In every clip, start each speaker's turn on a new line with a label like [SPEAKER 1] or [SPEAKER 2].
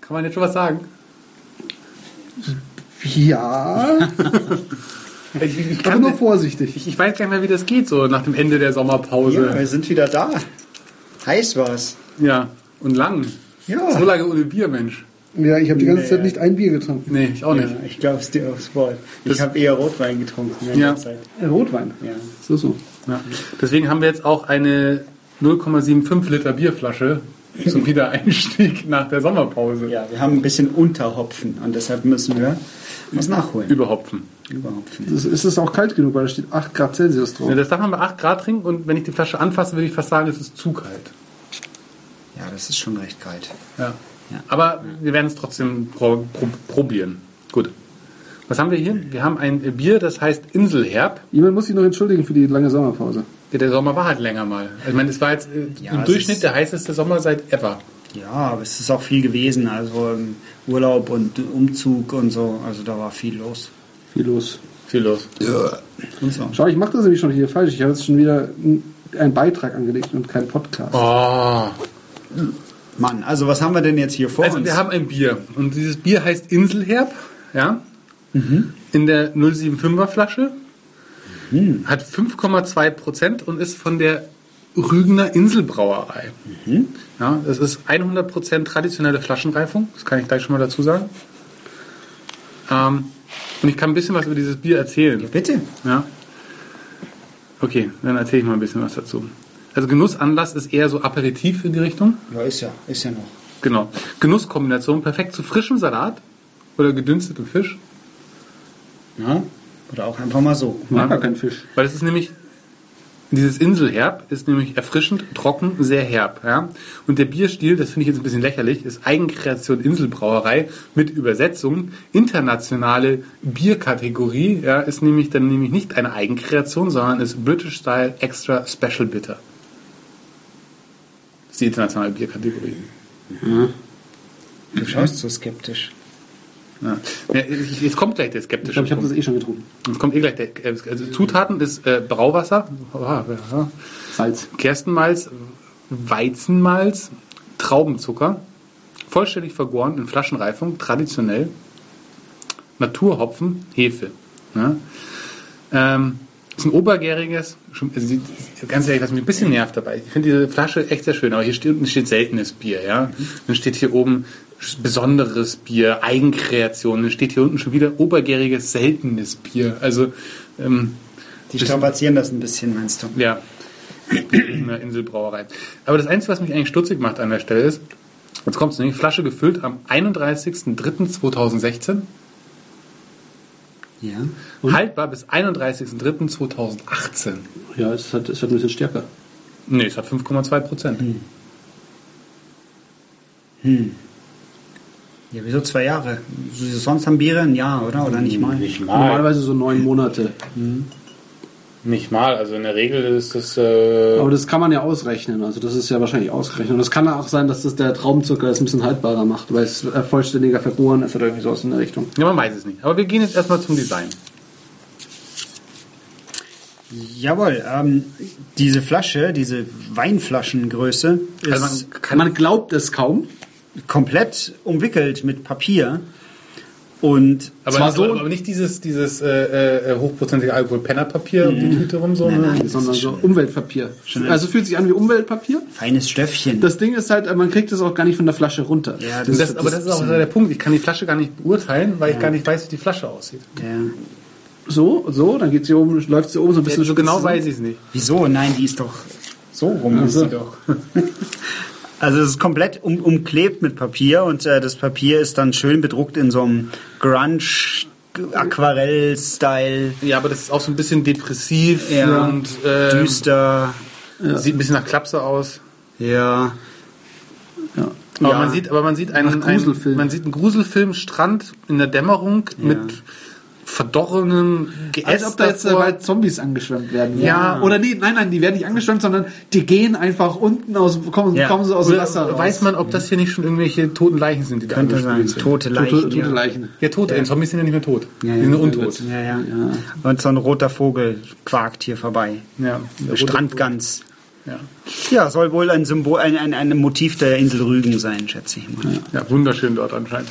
[SPEAKER 1] Kann man jetzt schon was sagen?
[SPEAKER 2] Ja,
[SPEAKER 1] Ich, ich,
[SPEAKER 2] aber
[SPEAKER 1] kann,
[SPEAKER 2] nur vorsichtig.
[SPEAKER 1] ich, ich weiß gar nicht mehr, wie das geht, so nach dem Ende der
[SPEAKER 3] Ja,
[SPEAKER 1] Sommerpause.
[SPEAKER 3] wir sind wieder da. Heiß war's.
[SPEAKER 1] Ja, und lang.
[SPEAKER 3] Ja.
[SPEAKER 1] So lange ohne Bier, Mensch.
[SPEAKER 2] Ja, ich habe die ganze
[SPEAKER 3] Nee.
[SPEAKER 2] Zeit nicht ein Bier getrunken.
[SPEAKER 1] Nee, ich auch nicht.
[SPEAKER 3] Ja, ich glaube es dir aufs Wort.
[SPEAKER 1] Das-
[SPEAKER 3] Ich habe eher Rotwein getrunken in
[SPEAKER 1] Ja.
[SPEAKER 3] der Zeit.
[SPEAKER 2] Äh, Rotwein.
[SPEAKER 3] Ja.
[SPEAKER 2] So, so.
[SPEAKER 1] Ja. Deswegen haben wir jetzt auch eine 0,75 Liter Bierflasche zum Wiedereinstieg nach der Sommerpause
[SPEAKER 3] ja, wir haben ein bisschen Unterhopfen und deshalb müssen wir was nachholen.
[SPEAKER 1] überhopfen.
[SPEAKER 3] Überhopfen.
[SPEAKER 2] Das ist es auch kalt genug, weil da steht 8 Grad Celsius drauf.
[SPEAKER 1] Ja, das darf man bei 8 Grad trinken und wenn ich die Flasche anfasse, würde ich fast sagen, es ist zu kalt.
[SPEAKER 3] Ja, das ist schon recht kalt.
[SPEAKER 1] Ja.
[SPEAKER 3] Ja.
[SPEAKER 1] Aber wir werden es trotzdem pro, pro, probieren. Gut. Was haben wir hier? Wir haben ein Bier, das heißt Inselherb.
[SPEAKER 2] Jemand muss sich noch entschuldigen für die lange Sommerpause.
[SPEAKER 1] Der Sommer war halt länger mal. Ich meine, es war jetzt äh,
[SPEAKER 3] Ja,
[SPEAKER 1] im
[SPEAKER 3] es
[SPEAKER 1] Durchschnitt
[SPEAKER 3] ist-
[SPEAKER 1] der heißeste Sommer seit ever.
[SPEAKER 3] Ja, aber es ist auch viel gewesen. Also ähm, Urlaub und Umzug und so. Also da war viel los.
[SPEAKER 2] Viel los.
[SPEAKER 1] Viel los.
[SPEAKER 3] Und so.
[SPEAKER 2] Schau, ich mache das nämlich schon hier falsch. Ich habe jetzt schon wieder n- einen Beitrag angelegt und keinen Podcast.
[SPEAKER 1] Oh.
[SPEAKER 3] Mann, also was haben wir denn jetzt hier vor
[SPEAKER 1] Also
[SPEAKER 3] uns?
[SPEAKER 1] wir haben ein Bier und dieses Bier heißt Inselherb, ja, in der 075er Flasche, hat 5,2 Prozent und ist von der Rügener Inselbrauerei. Ja, das ist 100 Prozent traditionelle Flaschenreifung, das kann ich gleich schon mal dazu sagen. Ähm, und ich kann ein bisschen was über dieses Bier erzählen.
[SPEAKER 3] Bitte.
[SPEAKER 1] Ja. Okay, dann erzähle ich mal ein bisschen was dazu. Also Genussanlass ist eher so Aperitif in die Richtung.
[SPEAKER 3] Ja, ist ja, ist ja noch.
[SPEAKER 1] Genau. Genusskombination, perfekt zu frischem Salat oder gedünstetem Fisch.
[SPEAKER 3] Ja? Oder auch einfach mal so.
[SPEAKER 2] ich mag gar keinen Fisch.
[SPEAKER 1] Weil es ist nämlich, dieses Inselherb ist nämlich erfrischend, trocken, sehr herb. Ja? Und der Bierstil, das finde ich jetzt ein bisschen lächerlich, ist Eigenkreation Inselbrauerei mit Übersetzung. Internationale Bierkategorie ja, ist nämlich dann nämlich nicht eine Eigenkreation, sondern ist British Style Extra Special Bitter. Das ist die internationale Bierkategorie.
[SPEAKER 3] Du schaust so skeptisch.
[SPEAKER 1] Ja. Ja, Jetzt kommt gleich der skeptische
[SPEAKER 2] Ich glaube, ich habe
[SPEAKER 1] Punkt.
[SPEAKER 2] das eh schon getrunken.
[SPEAKER 1] Jetzt kommt eh gleich der, äh, also Zutaten ist äh, Brauwasser, oha, ja.
[SPEAKER 2] Salz.
[SPEAKER 1] Gerstenmalz, Weizenmalz, Traubenzucker, vollständig vergoren in Flaschenreifung, traditionell, Naturhopfen, Hefe. Ne? Ähm, ist ein obergäriges, schon, also die- ganz ehrlich, was mich ein bisschen nervt dabei. Ich finde diese Flasche echt sehr schön, aber hier steht, unten steht seltenes Bier, ja. Dann steht hier oben besonderes Bier, Eigenkreation, dann steht hier unten schon wieder obergäriges, seltenes Bier. Also, ähm,
[SPEAKER 3] Die strapazieren das ein bisschen, meinst du?
[SPEAKER 1] ja. In der Inselbrauerei. Aber das Einzige, was mich eigentlich stutzig macht an der Stelle ist, jetzt kommt's nämlich, Flasche gefüllt am 31.03.2016,
[SPEAKER 3] Ja.
[SPEAKER 1] haltbar bis 31.03.2018.
[SPEAKER 2] Ja, es hat, es hat ein bisschen stärker.
[SPEAKER 1] Nee, es hat 5,2 Prozent.
[SPEAKER 3] Ja, wieso zwei Jahre? Sonst haben Biere ein Jahr, oder? Oder nicht mal?
[SPEAKER 1] Nicht
[SPEAKER 2] Normalerweise so neun Monate.
[SPEAKER 1] Nicht mal. Also in der Regel ist es... Äh,
[SPEAKER 2] Aber das kann man ja ausrechnen. Also das ist ja wahrscheinlich ausgerechnet. Und es kann auch sein, dass das der Traubenzucker das ein bisschen haltbarer macht, weil es äh, vollständiger vergoren ist oder irgendwie sowas in der Richtung.
[SPEAKER 1] ja, man weiß es nicht. Aber wir gehen jetzt erstmal zum Design.
[SPEAKER 3] Jawohl, ähm, diese Flasche, diese Weinflaschengröße ist
[SPEAKER 1] Also man kann...
[SPEAKER 2] Man glaubt es kaum.
[SPEAKER 3] komplett umwickelt mit Papier und
[SPEAKER 1] aber,
[SPEAKER 2] zwar
[SPEAKER 1] nicht,
[SPEAKER 2] so-
[SPEAKER 1] aber nicht dieses, dieses äh, äh, hochprozentige Alkohol-Pennerpapier um die Tüte rum, so. ne?
[SPEAKER 3] nein. Das
[SPEAKER 2] sondern
[SPEAKER 3] ist
[SPEAKER 2] so Umweltpapier. Also fühlt sich an wie Umweltpapier.
[SPEAKER 3] feines Stöffchen.
[SPEAKER 2] Das Ding ist halt, man kriegt es auch gar nicht von der Flasche runter.
[SPEAKER 3] Ja,
[SPEAKER 1] Das, das, aber das ist auch
[SPEAKER 3] bisschen-
[SPEAKER 1] der Punkt. Ich kann die Flasche gar nicht beurteilen, weil ich gar nicht weiß, wie die Flasche aussieht.
[SPEAKER 3] ja.
[SPEAKER 2] So, so, dann geht's hier oben, läuft hier oben so ein bisschen ne?
[SPEAKER 1] so genau weiß ich es nicht.
[SPEAKER 3] Wieso? Nein, die ist doch so rum. ist
[SPEAKER 2] so.
[SPEAKER 3] sie doch. Also es ist komplett um, umklebt mit Papier und äh, das Papier ist dann schön bedruckt in so einem Grunge Aquarell-Style,
[SPEAKER 1] Ja, aber das ist auch so ein bisschen depressiv
[SPEAKER 3] Ja.
[SPEAKER 1] und äh,
[SPEAKER 3] düster.
[SPEAKER 1] sieht ein bisschen nach Klapse aus.
[SPEAKER 3] Ja.
[SPEAKER 2] Ja.
[SPEAKER 1] Aber,
[SPEAKER 3] Ja.
[SPEAKER 1] man sieht, aber man sieht einen, einen
[SPEAKER 2] Gruselfilm.
[SPEAKER 1] man sieht einen Gruselfilm Strand in der Dämmerung mit verdorrenem
[SPEAKER 2] Als
[SPEAKER 1] Geäst
[SPEAKER 2] ob da jetzt äh,
[SPEAKER 1] davor.
[SPEAKER 2] bald Zombies angeschwemmt werden.
[SPEAKER 1] Ja.
[SPEAKER 2] Oder nee, nein, nein, die werden nicht angeschwemmt, sondern die gehen einfach unten aus, kommen,
[SPEAKER 3] Ja.
[SPEAKER 2] kommen so aus dem
[SPEAKER 1] Oder
[SPEAKER 2] Wasser raus.
[SPEAKER 1] weiß man, ob das hier nicht schon irgendwelche toten Leichen sind, die da
[SPEAKER 3] Könnte sein.
[SPEAKER 1] angespült sind.
[SPEAKER 3] Tote Leichen.
[SPEAKER 2] tote, tote
[SPEAKER 3] ja.
[SPEAKER 2] Leichen.
[SPEAKER 1] Ja, Tote. Die Zombies sind ja nicht mehr tot.
[SPEAKER 3] Ja,
[SPEAKER 1] die
[SPEAKER 3] ja,
[SPEAKER 1] sind
[SPEAKER 3] ja,
[SPEAKER 1] untot.
[SPEAKER 3] Ja, ja, Und so ein roter Vogel quakt hier vorbei.
[SPEAKER 1] Ja.
[SPEAKER 3] Strandgans.
[SPEAKER 1] Ja.
[SPEAKER 3] Ja, soll wohl ein Symbol, ein, ein, ein Motiv der Insel Rügen sein, schätze ich mal.
[SPEAKER 1] Ja, wunderschön dort anscheinend.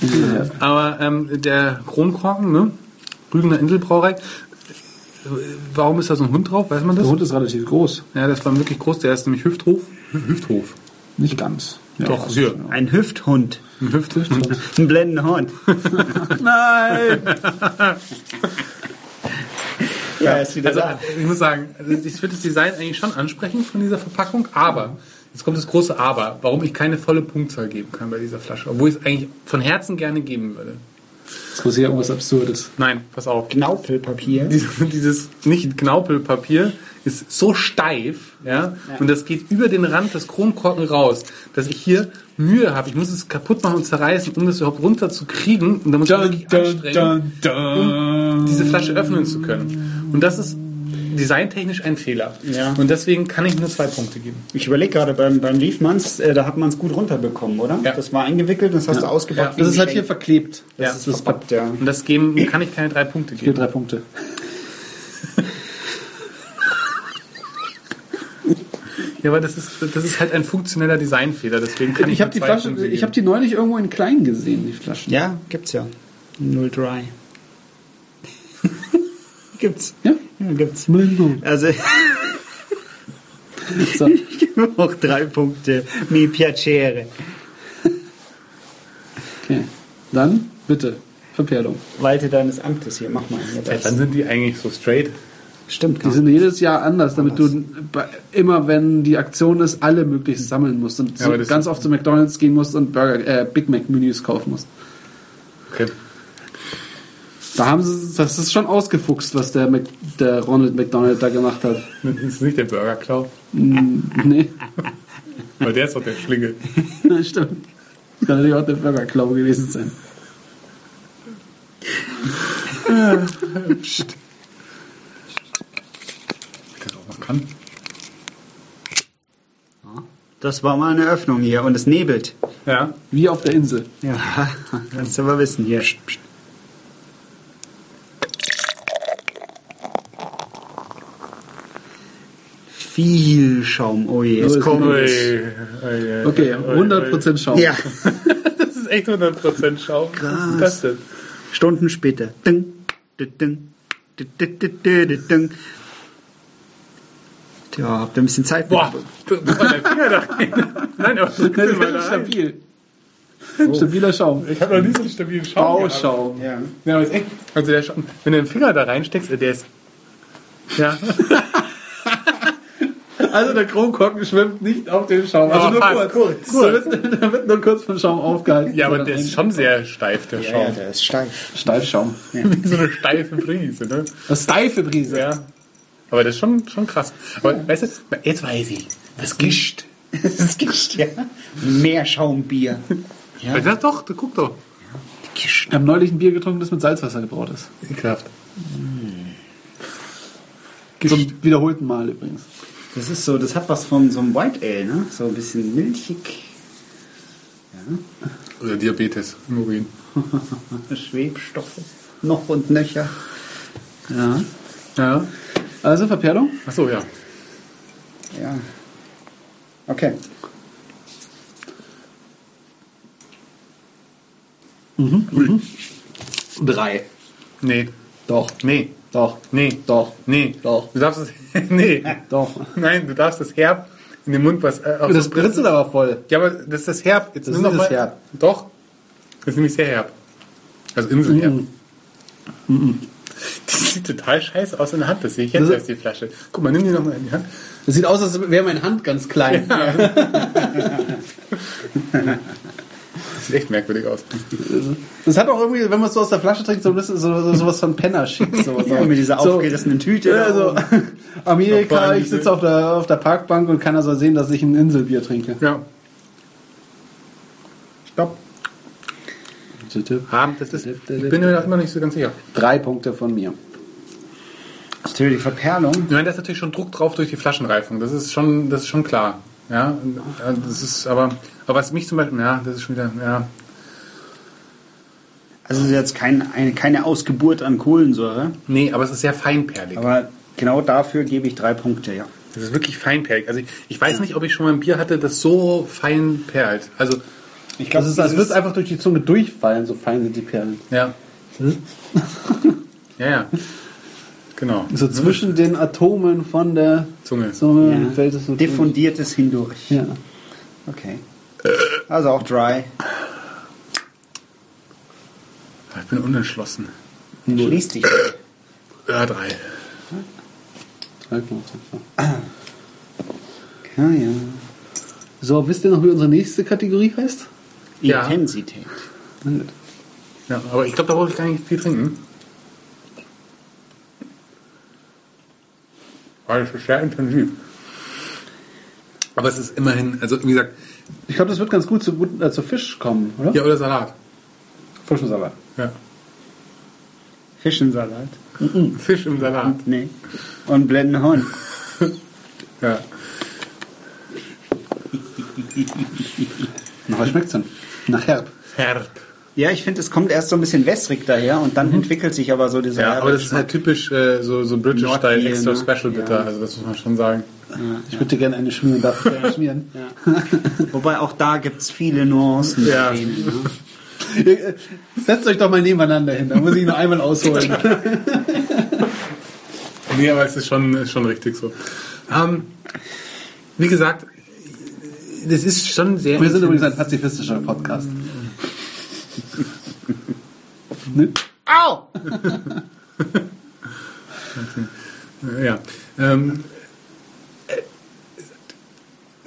[SPEAKER 1] Aber ähm, der Kronkorken, ne? Rügener Inselbrauerei. äh, Warum ist da so ein Hund drauf? Weiß man das?
[SPEAKER 2] Der Hund ist relativ groß.
[SPEAKER 1] Ja, das war wirklich groß. Der ist nämlich Hüfthof. Hü- Hüfthof.
[SPEAKER 2] Nicht ganz. Ja,
[SPEAKER 1] Doch,
[SPEAKER 2] also
[SPEAKER 1] hier.
[SPEAKER 2] schon.
[SPEAKER 3] Ein Hüfthund.
[SPEAKER 1] Ein Hüfthof.
[SPEAKER 3] Ein Blendenhorn.
[SPEAKER 2] Nein!
[SPEAKER 3] Ja, ist wieder
[SPEAKER 1] Also,
[SPEAKER 3] da.
[SPEAKER 1] ich muss sagen, also ich finde das Design eigentlich schon ansprechend von dieser Verpackung, aber, jetzt kommt das große Aber, warum ich keine volle Punktzahl geben kann bei dieser Flasche, obwohl ich es eigentlich von Herzen gerne geben würde.
[SPEAKER 2] Das muss ja irgendwas Absurdes.
[SPEAKER 1] Nein, pass auf.
[SPEAKER 3] Knaupelpapier.
[SPEAKER 1] Dieses, dieses Nicht-Knaupelpapier ist so steif, ja, und das geht über den Rand des Kronkorken raus, dass ich hier Mühe habe. Ich muss es kaputt machen und zerreißen, um das überhaupt runterzukriegen. Und da muss ich wirklich anstrengen. um diese Flasche öffnen zu können. Und das ist designtechnisch ein Fehler.
[SPEAKER 3] Ja.
[SPEAKER 1] Und deswegen kann ich nur zwei Punkte geben.
[SPEAKER 3] Ich überlege gerade, beim, beim Liefmanns, äh, da hat man es gut runterbekommen, oder?
[SPEAKER 1] Ja.
[SPEAKER 3] Das war eingewickelt, das hast du ausgepackt.
[SPEAKER 2] Das ist halt hier verklebt. Das
[SPEAKER 1] Ja.
[SPEAKER 2] ist das Papier.
[SPEAKER 3] verpackt, ja.
[SPEAKER 1] Und das geben kann ich keine drei Punkte
[SPEAKER 2] Hier
[SPEAKER 1] geben.
[SPEAKER 2] drei Punkte.
[SPEAKER 1] Ja, aber das ist, das ist halt ein funktioneller Designfehler. Deswegen kann ich,
[SPEAKER 2] Ich habe
[SPEAKER 1] nur
[SPEAKER 2] die
[SPEAKER 1] zwei
[SPEAKER 2] Flasche,
[SPEAKER 1] Punkte
[SPEAKER 2] ich
[SPEAKER 1] geben.
[SPEAKER 2] habe die neulich irgendwo in klein gesehen, die Flaschen.
[SPEAKER 3] Ja, gibt's ja. Null Dry. gibt's.
[SPEAKER 2] Ja?
[SPEAKER 3] Ja, gibt's.
[SPEAKER 2] Blinden.
[SPEAKER 3] Also,
[SPEAKER 2] So.
[SPEAKER 3] ich gebe auch drei Punkte. Mi piacere.
[SPEAKER 2] Okay. Dann bitte Verperlung.
[SPEAKER 3] Walte deines Amtes hier, mach mal. Hier
[SPEAKER 1] Ja, Dann sind die eigentlich so straight.
[SPEAKER 3] Stimmt,
[SPEAKER 2] Die
[SPEAKER 3] genau.
[SPEAKER 2] sind jedes Jahr anders, damit du bei- immer, wenn die Aktion ist, alle möglichst sammeln musst und
[SPEAKER 1] Ja,
[SPEAKER 2] so
[SPEAKER 1] aber das-
[SPEAKER 2] ganz oft zu McDonalds gehen musst und Burger, äh, Big Mac Menüs kaufen musst.
[SPEAKER 1] Okay.
[SPEAKER 2] Da haben sie, das ist schon ausgefuchst, was der, Mac, der Ronald McDonald da gemacht hat.
[SPEAKER 1] Das ist nicht der Burger Klau,
[SPEAKER 2] Nee,
[SPEAKER 1] weil der ist doch der Schlingel.
[SPEAKER 2] stimmt. Das kann natürlich auch der Burger Klau gewesen sein.
[SPEAKER 1] Man kann.
[SPEAKER 3] Das war mal eine Öffnung hier und es nebelt.
[SPEAKER 1] Ja.
[SPEAKER 2] Wie auf der Insel.
[SPEAKER 3] Ja, kannst du aber wissen hier. Viel Schaum, oh je,
[SPEAKER 2] Oh,
[SPEAKER 3] es
[SPEAKER 2] es
[SPEAKER 3] kommt.
[SPEAKER 2] geht
[SPEAKER 1] Okay,
[SPEAKER 2] Okay, 100% Schaum.
[SPEAKER 3] Ja,
[SPEAKER 1] Das ist echt 100% Schaum. Was ist das denn?
[SPEAKER 3] Stunden später. Ding, ding, ding, ding, ding, ding, ding, ding. Tja, habt ihr ein bisschen Zeit?
[SPEAKER 1] Boah, da muss man der Finger da rein. Nein, aber das
[SPEAKER 2] Das
[SPEAKER 1] ist
[SPEAKER 2] ist
[SPEAKER 1] mal da rein.
[SPEAKER 2] stabil. Stabiler Schaum.
[SPEAKER 1] Ich habe noch nie so einen stabilen Schaum. gehabt.
[SPEAKER 2] Bauschaum.
[SPEAKER 3] Ja.
[SPEAKER 1] Ja, aber ist echt. Also der Schatten, wenn du den Finger da reinsteckst, äh, der ist. Ja.
[SPEAKER 2] Also der Kronkorken schwimmt nicht auf dem Schaum. Also
[SPEAKER 1] Aber
[SPEAKER 2] nur
[SPEAKER 1] fast.
[SPEAKER 2] kurz. Da, wird, da wird nur kurz vom Schaum aufgehalten.
[SPEAKER 1] Ja, aber
[SPEAKER 2] Sondern
[SPEAKER 1] der
[SPEAKER 2] ein
[SPEAKER 1] ist schon sehr steif, der
[SPEAKER 3] Ja, ja,
[SPEAKER 1] Schaum.
[SPEAKER 3] der ist steif.
[SPEAKER 2] Steifschaum.
[SPEAKER 1] Wie so eine steife Brise, ne?
[SPEAKER 2] Das ist steife Brise.
[SPEAKER 1] Ja. Aber das ist schon, schon krass. Aber weißt du, jetzt weiß ich. Das gischt.
[SPEAKER 3] Es gibt ja mehr Schaumbier. Ja.
[SPEAKER 1] Ja. Das doch, guck doch.
[SPEAKER 2] Ich habe neulich ein Bier getrunken, das mit Salzwasser gebraut ist.
[SPEAKER 1] Ekelhaft.
[SPEAKER 2] Zum wiederholten Mal übrigens.
[SPEAKER 3] Das ist so, das hat was von so einem White Ale, ne? So ein bisschen milchig,
[SPEAKER 1] Oder Diabetes im Urin.
[SPEAKER 3] Schwebstoffe, noch und nöcher. Ja,
[SPEAKER 1] Ja.
[SPEAKER 2] Also Verperlung?
[SPEAKER 1] Achso, ja.
[SPEAKER 3] ja. Okay.
[SPEAKER 2] Drei.
[SPEAKER 1] Nee.
[SPEAKER 2] Doch.
[SPEAKER 1] Nee.
[SPEAKER 2] Doch.
[SPEAKER 1] Nee.
[SPEAKER 2] Doch.
[SPEAKER 1] Nee.
[SPEAKER 2] Doch.
[SPEAKER 1] Du darfst es. nee.
[SPEAKER 2] Doch.
[SPEAKER 1] Nein, du darfst das Herb in den Mund was. Äh, auf
[SPEAKER 2] Das
[SPEAKER 1] so-
[SPEAKER 2] britzelt aber voll.
[SPEAKER 1] Ja, aber das ist das Herb. Jetzt
[SPEAKER 2] Das
[SPEAKER 1] nimm noch
[SPEAKER 2] ist das
[SPEAKER 1] mal-
[SPEAKER 2] Herb.
[SPEAKER 1] Doch. Das ist nämlich sehr herb. Also Inselherb.
[SPEAKER 2] Mm.
[SPEAKER 1] Das sieht total scheiße aus in der Hand, das sehe ich jetzt
[SPEAKER 2] Das ist-
[SPEAKER 1] erst die Flasche. Guck mal, nimm die nochmal in die Hand.
[SPEAKER 2] Das sieht aus, als wäre meine Hand ganz klein.
[SPEAKER 1] Das sieht echt merkwürdig aus.
[SPEAKER 2] Das hat auch irgendwie, wenn man es so aus der Flasche trinkt, so ein bisschen so, so, sowas von Penner schick. So, so.
[SPEAKER 3] Ja, mit dieser aufgerissenen Tüte da
[SPEAKER 2] Ja, so.
[SPEAKER 1] Noch
[SPEAKER 2] Amerika,
[SPEAKER 1] Bahn
[SPEAKER 2] ich sitze auf der, auf der Parkbank und keiner soll sehen, dass ich ein Inselbier trinke.
[SPEAKER 1] Ja. Stopp.
[SPEAKER 2] Tipp.
[SPEAKER 1] Haben, das ist. Ich bin mir noch immer nicht so ganz sicher.
[SPEAKER 2] Drei Punkte von mir.
[SPEAKER 3] Natürlich die Verperlung.
[SPEAKER 1] Ich meine, da ist natürlich schon Druck drauf durch die Flaschenreifung. Das ist schon, das ist schon klar. Ja, äh, das ist aber, aber was mich zum Beispiel, ja, das ist schon wieder, ja,
[SPEAKER 3] Also es ist jetzt kein, eine, keine Ausgeburt an Kohlensäure.
[SPEAKER 1] nee, aber es ist sehr feinperlig.
[SPEAKER 3] Aber genau dafür gebe ich drei Punkte, ja.
[SPEAKER 1] Das ist wirklich feinperlig. Also ich, ich weiß nicht, ob ich schon mal ein Bier hatte, das so fein perlt. Also ich glaube,
[SPEAKER 2] Das ist, als würde es einfach durch die Zunge durchfallen, so fein sind die Perlen.
[SPEAKER 1] ja, ja, ja. Genau.
[SPEAKER 2] So zwischen den Atomen von der
[SPEAKER 1] Zunge.
[SPEAKER 2] Zunge
[SPEAKER 3] Ja.
[SPEAKER 2] fällt es so durch.
[SPEAKER 3] Diffundiertes hindurch.
[SPEAKER 2] Ja.
[SPEAKER 3] Okay. Also auch dry.
[SPEAKER 1] Ah, Ich bin unentschlossen.
[SPEAKER 3] Schließ dich.
[SPEAKER 1] Ja, drei.
[SPEAKER 2] Halt mal so.
[SPEAKER 3] Ja, ja.
[SPEAKER 2] So, wisst ihr noch, wie unsere nächste Kategorie heißt?
[SPEAKER 1] Ja.
[SPEAKER 3] Intensität.
[SPEAKER 1] Ja, aber ich glaube, da wollte ich gar nicht viel trinken. Weil es ist sehr intensiv. Aber es ist immerhin, also wie gesagt,
[SPEAKER 2] Ich glaube, das wird ganz gut zu, gut, äh, zu Fisch kommen, oder?
[SPEAKER 1] ja, oder Salat.
[SPEAKER 2] Fisch und Salat.
[SPEAKER 1] Ja.
[SPEAKER 3] Fischensalat.
[SPEAKER 1] Fisch im Salat.
[SPEAKER 3] Nee. Und blenden Horn.
[SPEAKER 1] Ja.
[SPEAKER 2] Na, was schmeckt's denn? Nach Herb.
[SPEAKER 1] Herb.
[SPEAKER 3] Ja, ich finde, es kommt erst so ein bisschen wässrig daher und dann entwickelt sich aber so dieser.
[SPEAKER 1] Ja,
[SPEAKER 3] herbe
[SPEAKER 1] aber das ist
[SPEAKER 3] Geschmack.
[SPEAKER 1] halt typisch äh, so, so British-Style,
[SPEAKER 3] Nordiren,
[SPEAKER 1] extra
[SPEAKER 3] ne?
[SPEAKER 1] special bitter.
[SPEAKER 3] Ja.
[SPEAKER 1] Also das muss man schon sagen.
[SPEAKER 2] Ich würde dir gerne eine schmieren. Darf ich dir eine schmieren?
[SPEAKER 3] Wobei auch da gibt es viele Nuancen.
[SPEAKER 1] Ja.
[SPEAKER 3] Denen, ne?
[SPEAKER 2] Ihr, äh, Setzt euch doch mal nebeneinander hin, da muss ich noch einmal ausholen.
[SPEAKER 1] Nee, aber es ist schon, ist schon richtig so. Ähm, wie gesagt, das ist schon sehr.
[SPEAKER 2] Wir sind übrigens ein pazifistischer Podcast. Ne?
[SPEAKER 3] Au!
[SPEAKER 1] Ja. Ähm, äh,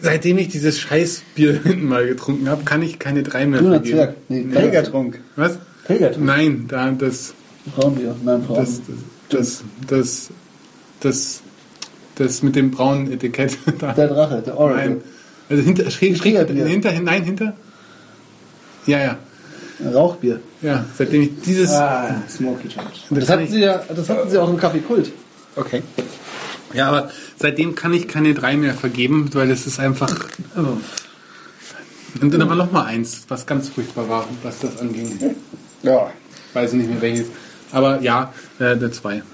[SPEAKER 1] seitdem ich dieses Scheißbier hinten mal getrunken habe, kann ich keine drei mehr
[SPEAKER 2] Grüner
[SPEAKER 1] vergeben.
[SPEAKER 2] Zwerg. Nee, Pilger.
[SPEAKER 3] Pilgertrunk.
[SPEAKER 1] Was?
[SPEAKER 2] Pilgertrunk.
[SPEAKER 1] Nein, da das
[SPEAKER 2] Frauenbier. Nein, Frauen.
[SPEAKER 1] das das das das, das mit dem braunen Etikett da.
[SPEAKER 2] der Drache, der Oracle.
[SPEAKER 1] Nein. Also hinter schräg, schräg,
[SPEAKER 2] Schrägerbier.
[SPEAKER 1] hinter nein, hinter. Ja, ja.
[SPEAKER 2] Rauchbier.
[SPEAKER 1] Ja, seitdem ich dieses
[SPEAKER 2] Ah.
[SPEAKER 3] Smoky George.
[SPEAKER 2] Das hatten, sie ja, das hatten sie auch im Kaffee Kult.
[SPEAKER 3] Okay.
[SPEAKER 1] Ja, aber seitdem kann ich keine drei mehr vergeben, weil das ist einfach.
[SPEAKER 2] Oh,
[SPEAKER 1] Und dann aber noch mal eins, was ganz furchtbar war, was das anging.
[SPEAKER 3] Ja.
[SPEAKER 1] Weiß ich nicht mehr welches. Aber ja, äh, der zwei.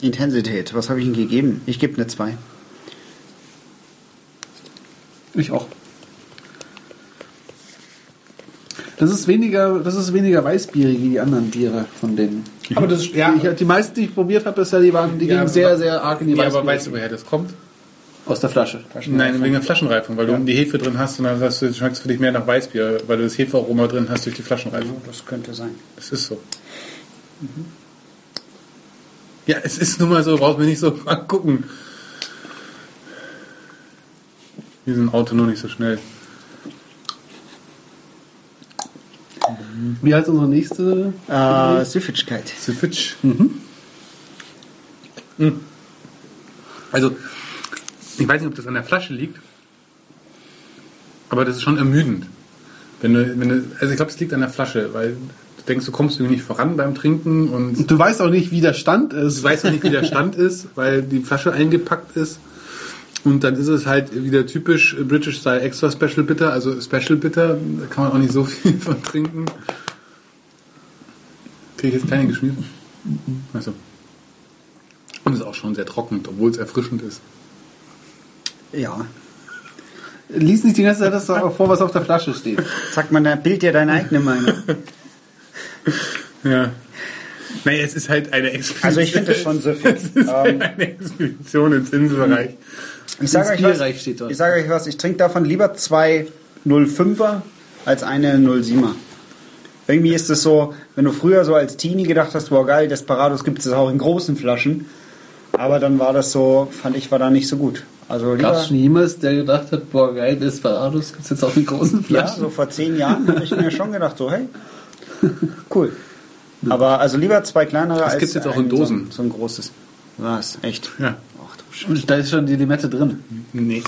[SPEAKER 3] Intensität. Was habe ich ihm gegeben? Ich gebe eine 2.
[SPEAKER 2] Ich auch. Das ist weniger, das ist weniger weißbierig wie die anderen Biere von denen.
[SPEAKER 1] Aber das ist- ja.
[SPEAKER 2] die, die meisten, die ich probiert habe, bisher, die waren, die
[SPEAKER 1] Ja,
[SPEAKER 2] gingen
[SPEAKER 1] aber-
[SPEAKER 2] sehr, sehr arg in die
[SPEAKER 1] Ja,
[SPEAKER 2] Weißbier.
[SPEAKER 1] aber weißt du, woher das kommt?
[SPEAKER 2] aus der Flasche.
[SPEAKER 1] Nein, wegen der Flaschenreifung, weil du die Hefe drin hast und dann sagst du, schmeckt es für dich mehr nach Weißbier, weil du das Hefearoma drin hast durch die Flaschenreifung.
[SPEAKER 3] Das könnte sein.
[SPEAKER 1] Es ist so. Ja, es ist nun mal so, braucht mir nicht so angucken. Wir sind im Auto nur nicht so schnell.
[SPEAKER 2] Wie heißt unsere nächste?
[SPEAKER 3] Äh, Süffigkeit.
[SPEAKER 1] Süffitsch. Mm. Also, ich weiß nicht, ob das an der Flasche liegt, aber das ist schon ermüdend. Wenn du, wenn du, also ich glaube, es liegt an der Flasche, weil du denkst, du kommst irgendwie nicht voran beim Trinken und
[SPEAKER 2] Du weißt auch nicht, wie der Stand ist.
[SPEAKER 1] du weißt noch nicht, wie der Stand ist, weil die Flasche eingepackt ist. Und dann ist es halt wieder typisch British Style Extra Special Bitter, also Special Bitter, da kann man auch nicht so viel von trinken. Kriege ich jetzt keine geschmiert? Also. Und ist auch schon sehr trocken, obwohl es erfrischend ist.
[SPEAKER 3] Ja.
[SPEAKER 2] Lies nicht die ganze Zeit das da vor, was auf der Flasche steht.
[SPEAKER 3] Sag mal, da bild dir deine eigene Meinung.
[SPEAKER 1] Ja. Naja, es ist halt eine Expedition.
[SPEAKER 3] Also ich finde das schon süffig.
[SPEAKER 1] Es
[SPEAKER 3] Ähm,
[SPEAKER 1] ist halt eine Expedition ins Inselreich.
[SPEAKER 3] Ich sage euch,
[SPEAKER 2] Bierreich
[SPEAKER 3] was,
[SPEAKER 2] steht dort.
[SPEAKER 3] ich sag euch was, ich trinke davon lieber zwei 05er als eine 07er. Irgendwie ist es so, wenn du früher so als Teenie gedacht hast, wow geil, Desperados gibt es auch in großen Flaschen. Aber dann war das so, fand ich, war da nicht so gut. Also
[SPEAKER 2] Gab
[SPEAKER 3] lieber,
[SPEAKER 2] es schon jemals, der gedacht hat, boah geil, Desperados gibt's jetzt auf den großen
[SPEAKER 3] ja,
[SPEAKER 2] Flaschen?
[SPEAKER 3] so vor zehn Jahren habe ich mir schon gedacht, so hey, cool. Aber also lieber zwei kleinere
[SPEAKER 1] Das
[SPEAKER 3] als
[SPEAKER 1] gibt's jetzt auch in
[SPEAKER 3] ein- So,
[SPEAKER 1] Dosen.
[SPEAKER 3] ein- so ein großes. Was? Echt?
[SPEAKER 1] Ja.
[SPEAKER 3] Ach du Sch
[SPEAKER 2] Da ist schon die Limette drin.
[SPEAKER 1] Nee.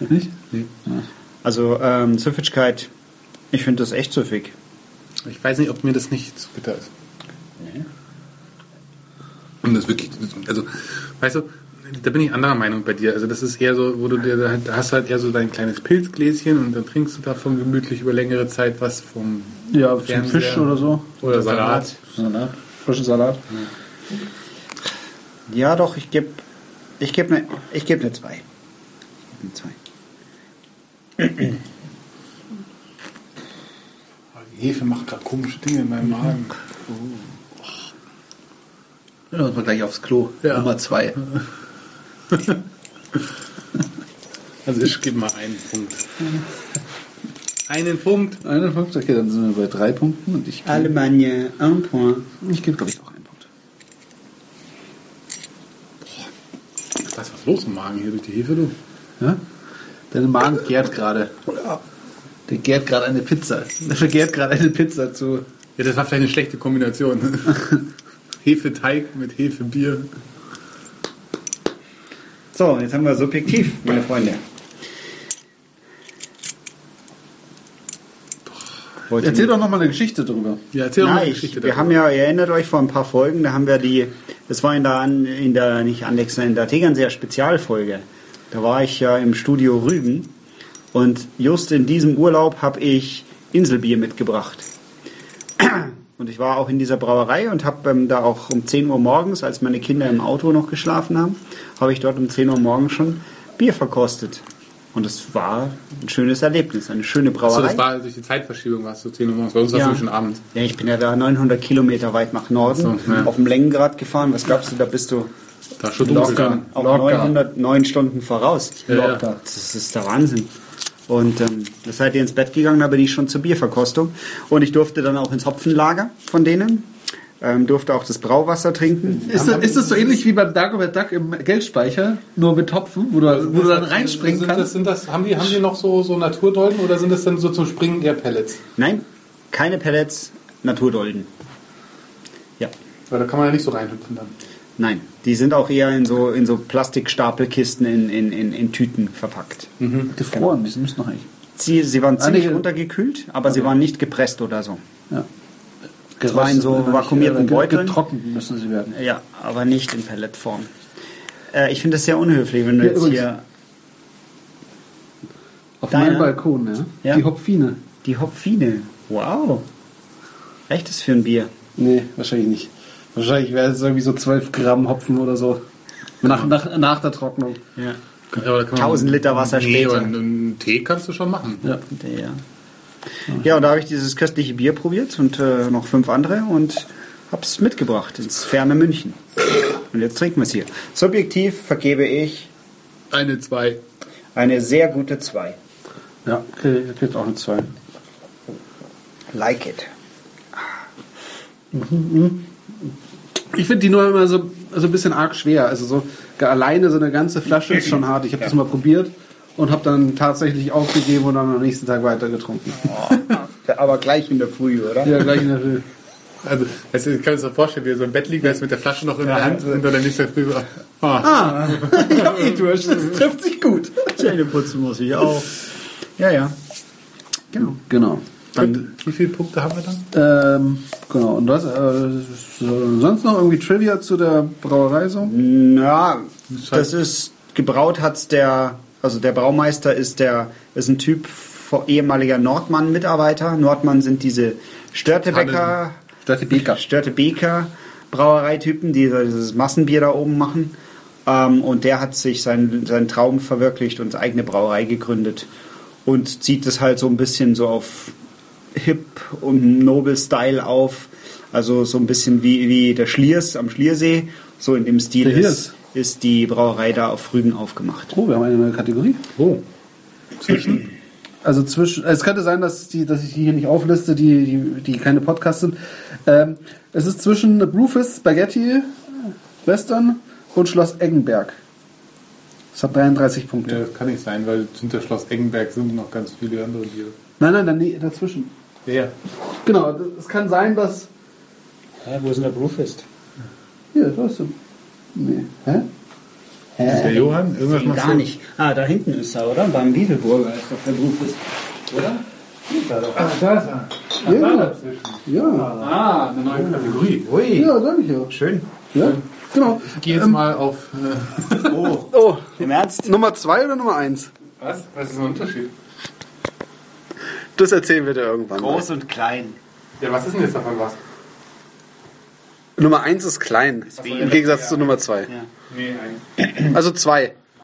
[SPEAKER 2] Nicht?
[SPEAKER 3] Also ähm, Süffigkeit, ich finde das echt süffig.
[SPEAKER 1] Ich weiß nicht, ob mir das nicht zu bitter ist. Und das wirklich, also, weißt du, da bin ich anderer Meinung bei dir. Also, das ist eher so, wo du dir, da da hast du halt eher so dein kleines Pilzgläschen und dann trinkst du davon gemütlich über längere Zeit was vom
[SPEAKER 2] Ja, zum
[SPEAKER 1] Fernseher.
[SPEAKER 2] Fisch oder so.
[SPEAKER 1] oder Salat.
[SPEAKER 2] Salat. Frischen Salat.
[SPEAKER 3] Ja, doch, ich gebe ich geb ne, ich geb ne 2. Ich geb ne 2.
[SPEAKER 4] Die Hefe macht gerade komische Dinge in meinem Magen.
[SPEAKER 5] Ja, dann muss man gleich aufs Klo.
[SPEAKER 1] Ja.
[SPEAKER 5] Nummer zwei.
[SPEAKER 1] Also ich gebe mal einen Punkt. Einen Punkt.
[SPEAKER 5] 51, okay, dann sind wir bei drei Punkten und ich gebe,
[SPEAKER 3] Allemagne, un point.
[SPEAKER 5] ich gebe glaube ich, auch einen Punkt.
[SPEAKER 1] Da ist was los im Magen hier durch die Hefe, du.
[SPEAKER 5] Ja? Dein Magen gärt gerade. Der gärt gerade eine Pizza. Der vergärt gerade eine Pizza zu.
[SPEAKER 1] Ja, das war vielleicht eine schlechte Kombination. Hefeteig mit Hefebier.
[SPEAKER 3] So, jetzt haben wir subjektiv, meine Freunde. Wollt ihr
[SPEAKER 5] Erzähl doch nochmal eine Geschichte drüber.
[SPEAKER 1] Ja, erzähl doch mal
[SPEAKER 3] Nein,
[SPEAKER 1] eine
[SPEAKER 3] ich,
[SPEAKER 1] Geschichte
[SPEAKER 3] wir haben ja, ihr erinnert euch vor ein paar Folgen, da haben wir die, das war in der, An- in der nicht Andex, in der Tegernseer Spezialfolge. Da war ich ja im Studio Rügen und just in diesem Urlaub habe ich Inselbier mitgebracht. Und ich war auch in dieser Brauerei und habe ähm, da auch um 10 Uhr morgens, als meine Kinder im Auto noch geschlafen haben, habe ich dort um 10 Uhr morgens schon Bier verkostet. Und es war ein schönes Erlebnis, eine schöne Brauerei.
[SPEAKER 1] Achso, das war durch die Zeitverschiebung, warst du 10 Uhr morgens. Bei uns war es nämlich schon abends.
[SPEAKER 3] Ja, ich bin ja da 900 Kilometer weit nach Norden,
[SPEAKER 1] Ach so, ja.
[SPEAKER 3] auf dem Längengrad gefahren. Was glaubst du, da bist du
[SPEAKER 1] Da ist schon dunkel.
[SPEAKER 3] locker,
[SPEAKER 1] geworden.
[SPEAKER 3] auch 909 Stunden voraus.
[SPEAKER 1] Locker.
[SPEAKER 3] Das ist der Wahnsinn. Und ähm, das seid ihr ins Bett gegangen, da bin ich schon zur Bierverkostung. Und ich durfte dann auch ins Hopfenlager von denen, ähm, durfte auch das Brauwasser trinken.
[SPEAKER 5] Ist das, ist das so ähnlich wie beim Dagobert Duck im Geldspeicher, nur mit Topfen, wo
[SPEAKER 3] Also,
[SPEAKER 5] du, wo du dann reinspringen
[SPEAKER 1] sind Das,
[SPEAKER 5] kannst?
[SPEAKER 1] sind das, haben, die, haben die noch so, so Naturdolden oder sind das dann so zum Springen eher Pellets?
[SPEAKER 3] Nein, keine Pellets, Naturdolden. Ja,
[SPEAKER 1] Weil da kann man ja nicht so reinhüpfen dann.
[SPEAKER 3] nein. Die sind auch eher in so, in so Plastikstapelkisten in, in, in, in Tüten verpackt.
[SPEAKER 2] Mhm.
[SPEAKER 5] Gefroren, die müssen noch eigentlich.
[SPEAKER 3] Sie, sie waren ziemlich
[SPEAKER 5] Einige-
[SPEAKER 3] runtergekühlt, aber sie waren nicht gepresst oder so.
[SPEAKER 5] Ja.
[SPEAKER 3] Das war in so
[SPEAKER 5] Geröstet,
[SPEAKER 3] vakuumierten
[SPEAKER 5] äh, ge-
[SPEAKER 3] Beuteln.
[SPEAKER 5] Getrocknet müssen sie werden.
[SPEAKER 3] Ja, aber nicht in Pelletform. Äh, ich finde das sehr unhöflich, wenn du
[SPEAKER 2] Ja,
[SPEAKER 3] jetzt
[SPEAKER 2] übrigens-
[SPEAKER 3] hier
[SPEAKER 2] Auf
[SPEAKER 3] Deine?
[SPEAKER 2] meinem Balkon, ja?
[SPEAKER 3] Ja.
[SPEAKER 2] Die Hopfine.
[SPEAKER 3] die Hopfine. Wow. Echtes für ein Bier.
[SPEAKER 2] Nee, wahrscheinlich nicht. Wahrscheinlich wäre es irgendwie so 12 Gramm Hopfen oder so. Nach, nach, nach der Trocknung.
[SPEAKER 3] Ja.
[SPEAKER 1] Ja, aber da kann
[SPEAKER 3] 1000 Liter Wasser
[SPEAKER 1] nee,
[SPEAKER 3] später.
[SPEAKER 1] aber einen- einen Tee kannst du schon machen.
[SPEAKER 2] Ja.
[SPEAKER 3] Ja. ja, und da habe ich dieses köstliche Bier probiert und äh, noch fünf andere und habe es mitgebracht ins ferne München. Und jetzt trinken wir es hier. Subjektiv vergebe ich
[SPEAKER 1] Eine, zwei.
[SPEAKER 3] eine sehr gute 2.
[SPEAKER 2] Ja, okay, ich hätte auch eine 2.
[SPEAKER 3] Like it.
[SPEAKER 2] Ich finde die nur immer so, so ein bisschen arg schwer. Also so ge- alleine so eine ganze Flasche ist schon hart. Ich habe das mal probiert und habe dann tatsächlich aufgegeben und dann am nächsten Tag weiter getrunken.
[SPEAKER 3] Aber gleich in der Früh, oder?
[SPEAKER 2] Ja, gleich in der Höhe.
[SPEAKER 1] Also, also ich kann mir das so vorstellen, wie er so im Bett liegt, weißt du, mit der Flasche noch in der Hand und dann nicht so früh so, ah,
[SPEAKER 2] Ich habe eh durch. Das trifft sich gut.
[SPEAKER 3] Zähne putzen muss ich auch. Ja, ja.
[SPEAKER 2] Genau.
[SPEAKER 5] Genau.
[SPEAKER 1] dann, Wie viele Punkte haben wir dann?
[SPEAKER 5] Ähm, genau. Und was, äh, so- sonst noch irgendwie Trivia zu der Brauerei so?
[SPEAKER 2] Hm.
[SPEAKER 3] Na, das ist gebraut hat's der, also der Braumeister ist der, ist ein Typ vor- ehemaliger Nordmann-Mitarbeiter. Nordmann sind diese Störtebäcker,
[SPEAKER 5] Störte Beker.
[SPEAKER 3] Störtebeker Brauereitypen, die so dieses Massenbier da oben machen. Ähm, und der hat sich seinen, seinen Traum verwirklicht und eigene Brauerei gegründet und zieht es halt so ein bisschen so auf hip und nobel Style auf. Also so ein bisschen wie, wie der Schliers am Schliersee, so in dem Stil
[SPEAKER 2] Der
[SPEAKER 3] ist,
[SPEAKER 2] Hirs.
[SPEAKER 3] ist die Brauerei da auf Rügen aufgemacht.
[SPEAKER 2] Oh, wir haben eine neue Kategorie.
[SPEAKER 1] Oh.
[SPEAKER 2] Also zwischen, es könnte sein, dass, die, dass ich die hier nicht aufliste, die, die, die keine Podcasts sind. Ähm, es ist zwischen Brewfist, Spaghetti, Western und Schloss Eggenberg. Es hat 33 Punkte.
[SPEAKER 1] Ja, das kann nicht sein, weil hinter Schloss Eggenberg sind noch ganz viele andere Biere.
[SPEAKER 2] Nein, nein, dann, nee, dazwischen.
[SPEAKER 1] Ja, ja.
[SPEAKER 2] Genau, es kann sein, dass.
[SPEAKER 3] Ah, wo ist denn der Brewfest?
[SPEAKER 2] Hier, da ist er. Nee. Hä?
[SPEAKER 1] Ist der Johann? Irgendwas machst
[SPEAKER 3] Gar
[SPEAKER 1] du?
[SPEAKER 3] nicht. Ah, da hinten ist er, oder? Beim Wieselburger ist doch der Brewfest.
[SPEAKER 4] Ach, da ist er.
[SPEAKER 2] Ja, ja,
[SPEAKER 1] Ah, eine neue Kategorie.
[SPEAKER 3] Ui,
[SPEAKER 2] ja, sag ich ja.
[SPEAKER 3] schön.
[SPEAKER 2] ja. Genau.
[SPEAKER 1] Ich gehe jetzt mal auf. Äh,
[SPEAKER 3] Oh,
[SPEAKER 2] Oh,
[SPEAKER 3] im Ernst?
[SPEAKER 2] Nummer 2 oder Nummer 1?
[SPEAKER 1] was? Was ist der Unterschied?
[SPEAKER 2] Das erzählen wir dir irgendwann.
[SPEAKER 3] Groß und klein.
[SPEAKER 1] Ja, was ist denn jetzt davon was?
[SPEAKER 2] Nummer 1 ist klein, im Gegensatz zu Nummer 2.
[SPEAKER 3] Nee, ein.
[SPEAKER 2] Also 2.